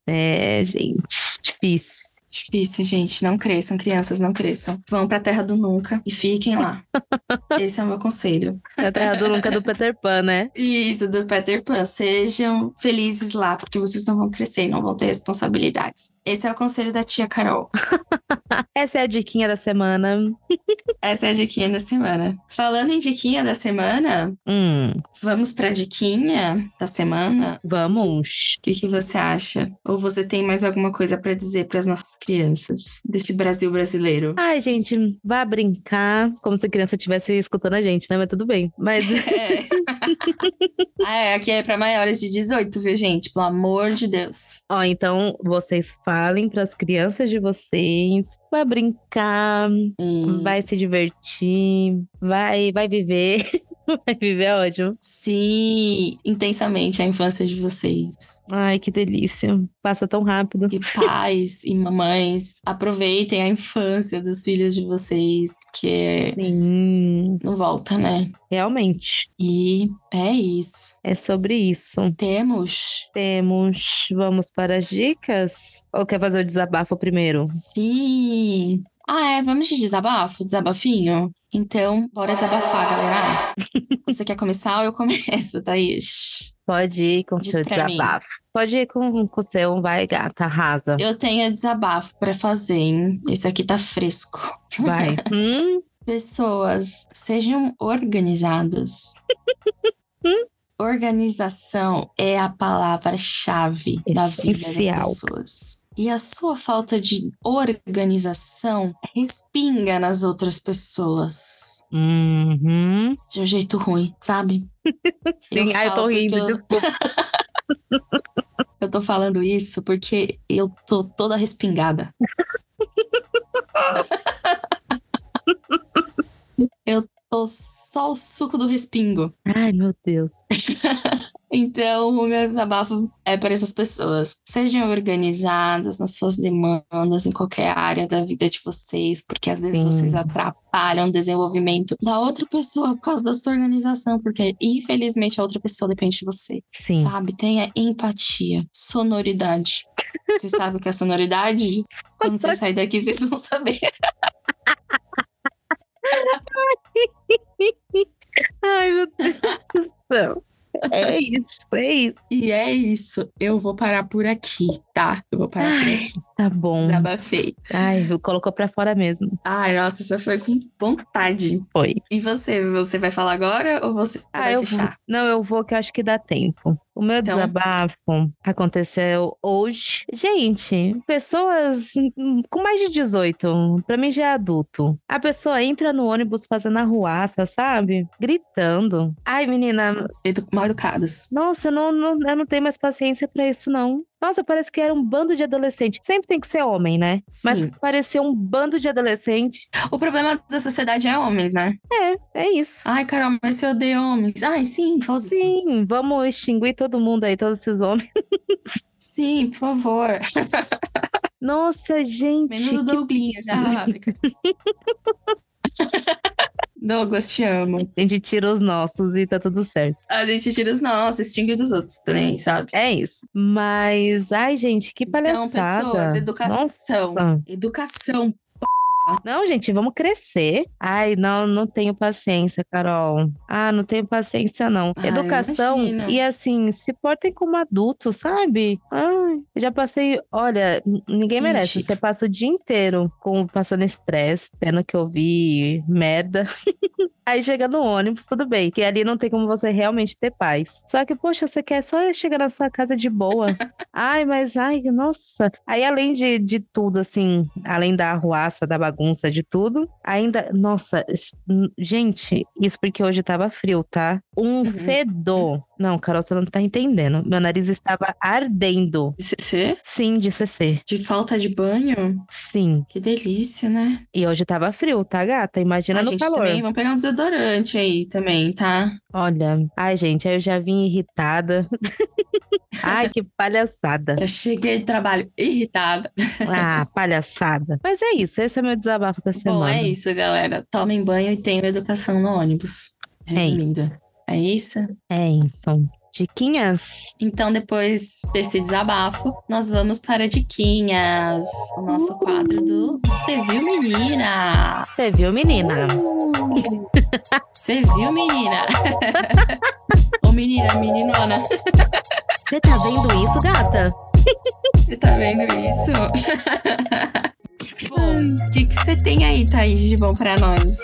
Speaker 2: é, gente, difícil.
Speaker 1: Difícil, gente. Não cresçam, crianças, não cresçam. Vão pra terra do nunca e fiquem lá. Esse é o meu conselho.
Speaker 2: É a terra do nunca do Peter Pan, né?
Speaker 1: Isso, do Peter Pan. Sejam felizes lá, porque vocês não vão crescer e não vão ter responsabilidades. Esse é o conselho da tia Carol.
Speaker 2: Essa é a diquinha da semana.
Speaker 1: Essa é a diquinha da semana. Falando em diquinha da semana,
Speaker 2: Hum,
Speaker 1: vamos pra diquinha da semana?
Speaker 2: vamos.
Speaker 1: O que, que você acha? Ou você tem mais alguma coisa pra dizer pras nossas crianças desse Brasil brasileiro?
Speaker 2: Ai, gente, vá brincar, como se a criança estivesse escutando a gente, né? Mas tudo bem. Mas
Speaker 1: É. ah, é, aqui é pra maiores de 18, viu, gente? Pelo amor de Deus.
Speaker 2: Ó, então vocês falem pras crianças de vocês, vai brincar,
Speaker 1: Isso.
Speaker 2: vai se divertir, vai, vai viver, Vai viver é ótimo.
Speaker 1: Sim, intensamente a infância de vocês.
Speaker 2: Ai, que delícia. Passa tão rápido.
Speaker 1: E pais e mamães, aproveitem a infância dos filhos de vocês, porque
Speaker 2: Sim,
Speaker 1: não volta, né?
Speaker 2: realmente.
Speaker 1: E é isso.
Speaker 2: É sobre isso.
Speaker 1: Temos.
Speaker 2: Temos. Vamos para as dicas? Ou quer fazer o desabafo primeiro?
Speaker 1: Sim. Ah, é, vamos de desabafo, desabafinho? Então, bora desabafar, galera. Você quer começar ou eu começo, Thaís?
Speaker 2: Pode ir com o
Speaker 1: Diz
Speaker 2: seu
Speaker 1: pra mim.
Speaker 2: desabafo. Pode ir com com o seu, vai, gata, arrasa.
Speaker 1: Eu tenho desabafo pra fazer, hein? Esse aqui tá fresco.
Speaker 2: Vai. Hum,
Speaker 1: Pessoas, sejam organizadas. Organização é a palavra-chave da vida das
Speaker 2: Essencial.
Speaker 1: pessoas. E a sua falta de organização respinga nas outras pessoas
Speaker 2: uhum.
Speaker 1: de um jeito ruim, sabe?
Speaker 2: Sim, ai, eu tô
Speaker 1: falo porque
Speaker 2: rindo,
Speaker 1: eu-
Speaker 2: desculpa.
Speaker 1: Eu tô falando isso porque eu tô toda respingada. eu tô só o suco do respingo.
Speaker 2: Ai, meu Deus.
Speaker 1: Então, o meu desabafo é para essas pessoas. Sejam organizadas nas suas demandas, em qualquer área da vida de vocês, porque às vezes
Speaker 2: Sim.
Speaker 1: vocês atrapalham o desenvolvimento da outra pessoa por causa da sua organização, porque infelizmente a outra pessoa depende de você.
Speaker 2: Sim.
Speaker 1: Sabe? Tenha empatia, sonoridade. Você sabe o que é sonoridade? Quando você sair daqui, vocês vão saber.
Speaker 2: Ai, meu Deus do céu. É isso, é isso.
Speaker 1: E é isso. Eu vou parar por aqui, tá? Eu vou parar por
Speaker 2: Ai.
Speaker 1: aqui.
Speaker 2: Tá bom.
Speaker 1: Desabafei.
Speaker 2: Ai, colocou pra fora mesmo.
Speaker 1: Ai, nossa, essa foi com vontade.
Speaker 2: Foi. Ah,
Speaker 1: E você, você vai falar agora ou você Ah, vai
Speaker 2: eu
Speaker 1: fechar?
Speaker 2: vou. Não, eu vou que eu acho que dá tempo. O meu
Speaker 1: Então.
Speaker 2: desabafo aconteceu hoje. Gente, pessoas hum, com mais de 18, pra mim já é adulto. A pessoa entra no ônibus fazendo arruaça, sabe? Gritando. Ai, menina,
Speaker 1: Edu- Mal educadas.
Speaker 2: nossa, eu não, não- eu não tenho mais paciência pra isso, não. Nossa, parece que era um bando de adolescente. Sempre tem que ser homem, né? Mas
Speaker 1: Sim.
Speaker 2: pareceu um bando de adolescente.
Speaker 1: O problema da sociedade é homens, né?
Speaker 2: É, é isso.
Speaker 1: Ai, Carol, mas você odeia homens. Ai, sim, foda-se. Sim.
Speaker 2: Sim, vamos extinguir todo mundo aí, todos esses homens.
Speaker 1: por favor.
Speaker 2: Nossa, gente.
Speaker 1: Menos o
Speaker 2: que
Speaker 1: Douglinha já. ah, Douglas, te amo.
Speaker 2: A gente tira os nossos e tá tudo certo.
Speaker 1: A gente tira os nossos, extingue dos outros também, sabe?
Speaker 2: É isso. Mas, ai, gente, que palhaçada.
Speaker 1: Então, pessoas, educação.
Speaker 2: Nossa.
Speaker 1: Educação.
Speaker 2: Não, gente, vamos crescer. Ai, não, não tenho paciência, Carol. Ah, não tenho paciência, não.
Speaker 1: Ai,
Speaker 2: Educação
Speaker 1: imagina.
Speaker 2: e assim, se portem como adulto, sabe? Ah. Ai, eu já passei. Olha, n- ninguém
Speaker 1: Gente.
Speaker 2: merece. Você passa o dia inteiro com, passando estresse, tendo que ouvir merda. Aí chega no ônibus, tudo bem, que ali não tem como você realmente ter paz. Só que, poxa, você quer só chegar na sua casa de boa. Ai, mas ai, nossa. Aí, além de, de tudo, assim, além da arruaça, da bagunça, de tudo, ainda. Nossa, es- n- gente, isso porque hoje tava frio, tá? Um
Speaker 1: Uhum.
Speaker 2: fedor. Não, Carol, você não tá entendendo. Meu nariz estava ardendo.
Speaker 1: CC?
Speaker 2: Sim, de CC.
Speaker 1: De falta de banho?
Speaker 2: Sim.
Speaker 1: Que delícia, né?
Speaker 2: E hoje tava frio, tá, gata? Imagina
Speaker 1: a
Speaker 2: no
Speaker 1: gente
Speaker 2: calor.
Speaker 1: também, vamos pegar um desodorante aí também, tá?
Speaker 2: Olha, ai, gente, aí eu já vim irritada. ai, que palhaçada.
Speaker 1: Já cheguei do trabalho irritada.
Speaker 2: Ah, palhaçada. Mas é isso, esse é meu desabafo da
Speaker 1: Bom,
Speaker 2: semana.
Speaker 1: é isso, galera. Tomem banho e tenham educação no ônibus. Resumindo. É isso?
Speaker 2: É isso. Diquinhas?
Speaker 1: Então, depois desse desabafo, nós vamos para Diquinhas, o nosso quadro do Você Viu Menina?
Speaker 2: Você viu, menina?
Speaker 1: Você viu, menina? Ô, menina, meninona,
Speaker 2: Você tá vendo isso, gata?
Speaker 1: você tá vendo isso? bom, o que que você tem aí, Thaís, de bom pra nós?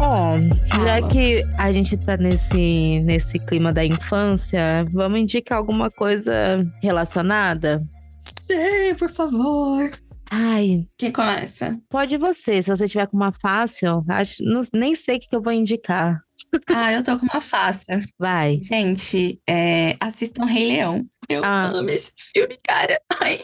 Speaker 2: Ó, já
Speaker 1: Fala.
Speaker 2: que a gente tá nesse, nesse clima da infância, vamos indicar alguma coisa relacionada?
Speaker 1: Sei, por favor.
Speaker 2: Ai,
Speaker 1: Quem começa?
Speaker 2: pode você, se você tiver com uma fácil, acho, não- nem sei o que, que eu vou indicar.
Speaker 1: Ah, eu tô com uma fácil.
Speaker 2: Vai.
Speaker 1: Gente, é, assistam Rei Leão. Eu
Speaker 2: Ah.
Speaker 1: amo esse filme, cara. Ai.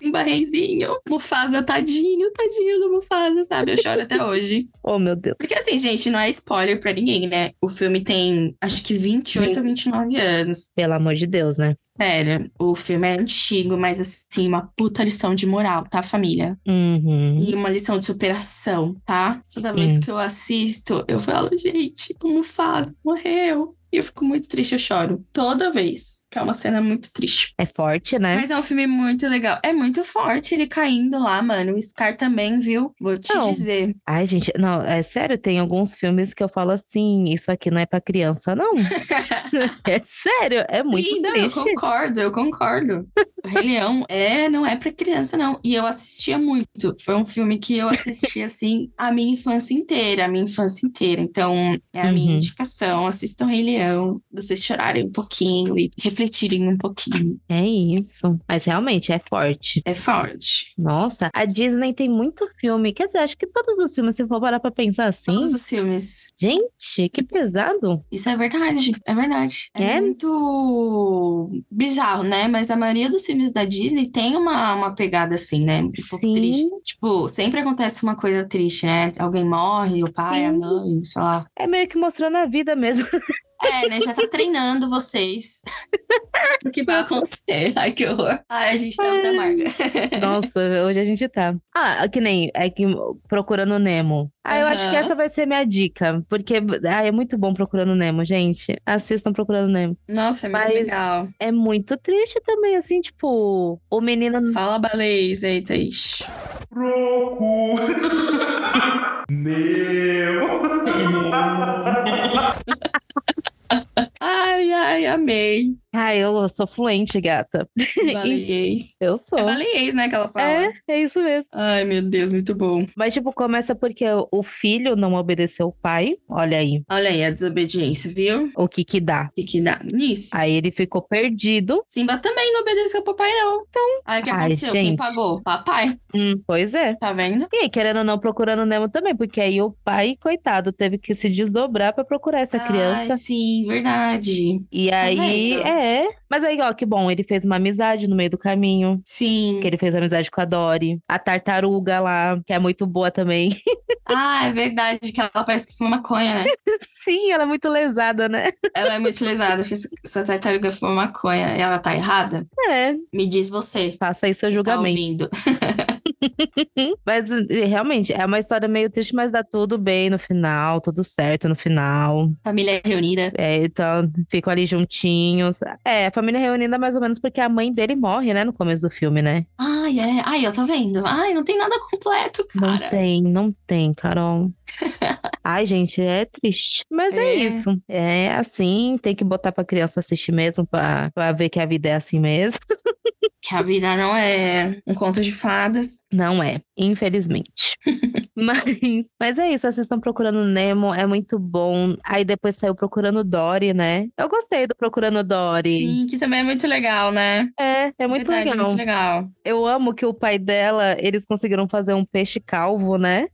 Speaker 1: Simba Reizinho, Mufasa, tadinho, tadinho do Mufasa, sabe? Eu choro até hoje.
Speaker 2: Oh, meu Deus.
Speaker 1: Porque assim, gente, não é spoiler pra ninguém, né? O filme tem, acho que 28 ou 29 anos.
Speaker 2: Pelo amor de Deus, né?
Speaker 1: Sério, o filme é antigo, mas assim, uma puta lição de moral, tá, família?
Speaker 2: Uhum.
Speaker 1: E uma lição de superação, tá? Toda
Speaker 2: Sim.
Speaker 1: vez que eu assisto, eu falo, gente, o Mufasa morreu. E eu fico muito triste, eu choro. Toda vez. Que é uma cena muito triste.
Speaker 2: É forte, né?
Speaker 1: Mas é um filme muito legal. É muito forte ele caindo lá, mano. O Scar também, viu? Vou te
Speaker 2: Não.
Speaker 1: dizer.
Speaker 2: Ai, gente, não, é sério, tem alguns filmes que eu falo assim, isso aqui não é pra criança, não. é sério, é
Speaker 1: Sim,
Speaker 2: muito
Speaker 1: não, eu
Speaker 2: triste.
Speaker 1: concordo, eu concordo. O Rei Leão é, não é pra criança, não. E eu assistia muito. Foi um filme que eu assisti, assim, a minha infância inteira, a minha infância inteira. Então, é a minha
Speaker 2: Uhum.
Speaker 1: indicação. Assistam Rei Leão, vocês chorarem um pouquinho e refletirem um pouquinho.
Speaker 2: É isso. Mas realmente é forte.
Speaker 1: É forte.
Speaker 2: Nossa, a Disney tem muito filme. Quer dizer, acho que todos os filmes, se for parar pra pensar assim.
Speaker 1: Todos os filmes.
Speaker 2: Gente, que pesado.
Speaker 1: Isso é verdade, é verdade. É,
Speaker 2: É?
Speaker 1: muito bizarro, né? Mas a maioria dos filmes da Disney tem uma, uma pegada assim, né? Um pouco
Speaker 2: Sim.
Speaker 1: triste. Tipo, sempre acontece uma coisa triste, né? Alguém morre, o pai, a
Speaker 2: Sim.
Speaker 1: mãe, sei lá.
Speaker 2: É meio que mostrando a vida mesmo.
Speaker 1: É, né? Já tá treinando vocês. O que vai acontecer? Ai, que horror. Ai, a gente tá muito amarga.
Speaker 2: Nossa, hoje a gente tá. Ah, que nem é que procurando Nemo. Ah, eu acho que
Speaker 1: Aham.
Speaker 2: essa vai ser minha dica, porque ah, é muito bom procurando Nemo, gente. Assistam procurando Nemo.
Speaker 1: Nossa, é muito
Speaker 2: Mas-
Speaker 1: legal.
Speaker 2: É muito triste também, assim, tipo, o menino
Speaker 1: Fala baleias aí, Thaís. Ai, ai, amei.
Speaker 2: Ah, eu sou fluente, gata.
Speaker 1: Baleias.
Speaker 2: Eu sou.
Speaker 1: É baleias, né, que ela fala.
Speaker 2: É, é isso mesmo.
Speaker 1: Ai, meu Deus, muito bom.
Speaker 2: Mas, tipo, começa porque o filho não obedeceu o pai. Olha aí,
Speaker 1: Olha aí a desobediência, viu? O
Speaker 2: o que que dá.
Speaker 1: que que dá nisso?
Speaker 2: Aí ele ficou perdido.
Speaker 1: Simba também não obedeceu ao papai, não. Então, aí o que
Speaker 2: Ai,
Speaker 1: aconteceu? Quem
Speaker 2: gente.
Speaker 1: pagou? Papai,
Speaker 2: Hum, pois é.
Speaker 1: tá vendo?
Speaker 2: E aí, querendo ou não, procurando Nemo também, porque aí o pai, coitado, teve que se desdobrar pra procurar essa
Speaker 1: Ai,
Speaker 2: criança.
Speaker 1: sim, verdade.
Speaker 2: E aí,
Speaker 1: vendo?
Speaker 2: é. Mas aí, ó, que bom, ele fez uma amizade no meio do caminho.
Speaker 1: Sim.
Speaker 2: Que ele fez amizade com a Dory. A tartaruga lá, que é muito boa também.
Speaker 1: Ah, é verdade que ela parece que foi maconha, né?
Speaker 2: Sim, ela é muito lesada, né?
Speaker 1: Ela é muito lesada. Fiz- Essa tartaruga foi maconha. Ela tá errada?
Speaker 2: É,
Speaker 1: Me diz você.
Speaker 2: faça aí seu
Speaker 1: Tá
Speaker 2: julgamento.
Speaker 1: ouvindo?
Speaker 2: Mas eh, realmente é uma história meio triste, mas dá tudo bem no final, tudo certo no final.
Speaker 1: Família reunida.
Speaker 2: É, então ficam ali juntinhos. É, a família reunida mais ou menos porque a mãe dele morre, né, no começo do filme, né?
Speaker 1: Ai, é. Ai, eu tô vendo. Ai, não tem nada completo,
Speaker 2: Não
Speaker 1: cara.
Speaker 2: tem, não tem, Carol. Ai, gente, é triste. Mas é,
Speaker 1: É.
Speaker 2: isso. É assim, tem que botar pra criança assistir mesmo, pra, pra ver que a vida é assim mesmo.
Speaker 1: Que a vida não é um conto de fadas.
Speaker 2: Não é, infelizmente. mas, mas é isso, vocês estão procurando Nemo, é muito bom. Aí depois saiu Procurando Dory, né? Eu gostei do Procurando Dory.
Speaker 1: Sim, que também é muito legal, né?
Speaker 2: É, é muito
Speaker 1: Verdade,
Speaker 2: legal.
Speaker 1: muito legal.
Speaker 2: Eu amo que o pai dela, eles conseguiram fazer um peixe calvo, né?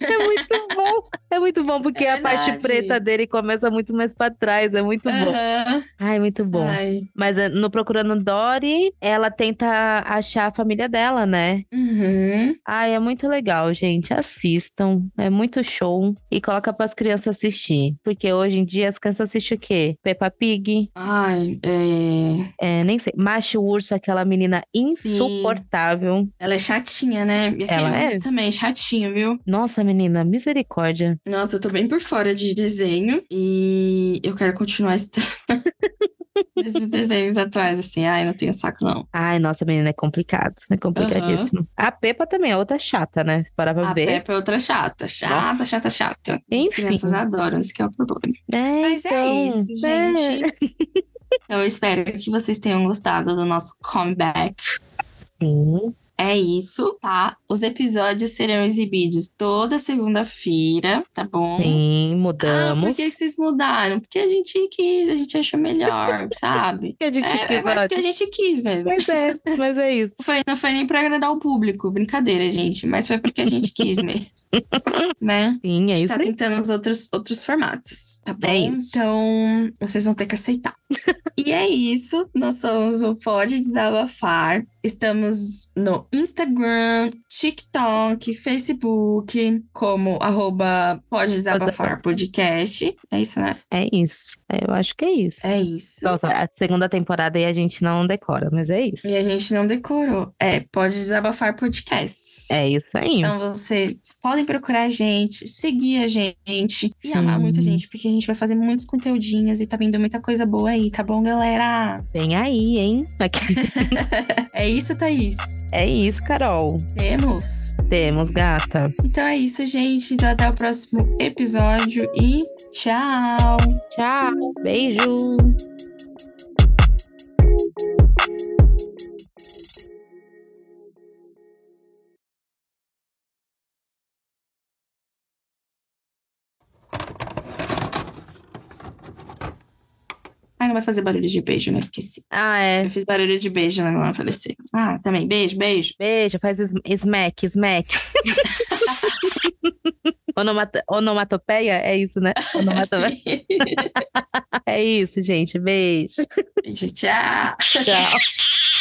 Speaker 2: É muito bom. É muito bom porque
Speaker 1: É
Speaker 2: a parte
Speaker 1: verdade.
Speaker 2: preta dele começa muito mais pra trás, é muito bom.
Speaker 1: Aham.
Speaker 2: Ai, muito bom.
Speaker 1: Ai.
Speaker 2: Mas eh, no Procurando Dory, ela tenta achar a família dela, né?
Speaker 1: Uhum.
Speaker 2: Ai, é muito legal, gente. Assistam. É muito show. E coloca pras crianças assistir. Porque hoje em dia as crianças assistem o quê? Peppa Pig.
Speaker 1: Ai, é...
Speaker 2: É, nem sei. Macho Urso, aquela menina insuportável.
Speaker 1: ela é chatinha, né? E aquele
Speaker 2: Ela é.
Speaker 1: urso também é chatinho, viu?
Speaker 2: Nossa, menina, misericórdia.
Speaker 1: Nossa, eu tô bem por fora de desenho e eu quero continuar esse- esses desenhos atuais, assim. Ai, não tenho saco, não.
Speaker 2: Ai, nossa, menina, é complicado. É complicadíssimo. A Pepa também é outra chata, né? Se parar pra
Speaker 1: A
Speaker 2: ver.
Speaker 1: Peppa é outra chata. Chata,
Speaker 2: Nossa.
Speaker 1: chata, chata.
Speaker 2: Enfim.
Speaker 1: As crianças adoram, esse que é o problema.
Speaker 2: É,
Speaker 1: Mas é
Speaker 2: então,
Speaker 1: isso,
Speaker 2: é.
Speaker 1: gente. Então, eu espero que vocês tenham gostado do nosso comeback.
Speaker 2: Sim.
Speaker 1: É isso, tá? Os episódios serão exibidos toda segunda-feira, tá bom? Ah,
Speaker 2: Sim,
Speaker 1: por
Speaker 2: mudamos.
Speaker 1: que que vocês mudaram? Porque a gente quis, a gente achou melhor, sabe?
Speaker 2: Que a gente
Speaker 1: É, é
Speaker 2: quis,
Speaker 1: mais
Speaker 2: olha.
Speaker 1: que a gente quis mesmo.
Speaker 2: Mas é, mas é isso.
Speaker 1: Foi, não foi nem pra agradar o público, brincadeira, gente. Mas foi porque a gente quis mesmo, né?
Speaker 2: Sim, é
Speaker 1: a gente
Speaker 2: isso
Speaker 1: tá
Speaker 2: aí.
Speaker 1: tentando os outros, outros formatos, tá bom?
Speaker 2: É isso.
Speaker 1: Então, vocês vão ter que aceitar. E é isso. Nós somos o Pode Desabafar. Estamos no Instagram, TikTok, Facebook, como arroba Pode Desabafar Podcast. É isso, né?
Speaker 2: É isso. É, Eu acho que é isso.
Speaker 1: É isso.
Speaker 2: Nossa, a segunda temporada aí a gente não decora, mas é isso.
Speaker 1: E a gente não decorou. É, Pode Desabafar Podcast.
Speaker 2: É isso aí.
Speaker 1: Então vocês podem procurar a gente, seguir a gente e
Speaker 2: Sim.
Speaker 1: amar muito a gente, porque a gente vai fazer muitos conteúdinhos e tá vindo muita coisa boa aí, tá bom, galera?
Speaker 2: Vem aí, hein? Aqui-
Speaker 1: É isso, Thaís.
Speaker 2: É isso, Carol.
Speaker 1: Temos.
Speaker 2: Temos, gata.
Speaker 1: Então é isso, gente. Então até o próximo episódio e tchau!
Speaker 2: Tchau. Beijo.
Speaker 1: Ai, não vai fazer barulho de beijo, não esqueci.
Speaker 2: Ah, é.
Speaker 1: Eu fiz barulho de beijo, né? Não vai aparecer. Ah, também. Beijo, beijo.
Speaker 2: Beijo, faz sm- smack, smack. Onomata- Onomatopeia? É isso, né? Onomatopeia.
Speaker 1: Assim.
Speaker 2: É isso, gente. Beijo.
Speaker 1: Beijo, tchau!
Speaker 2: Tchau.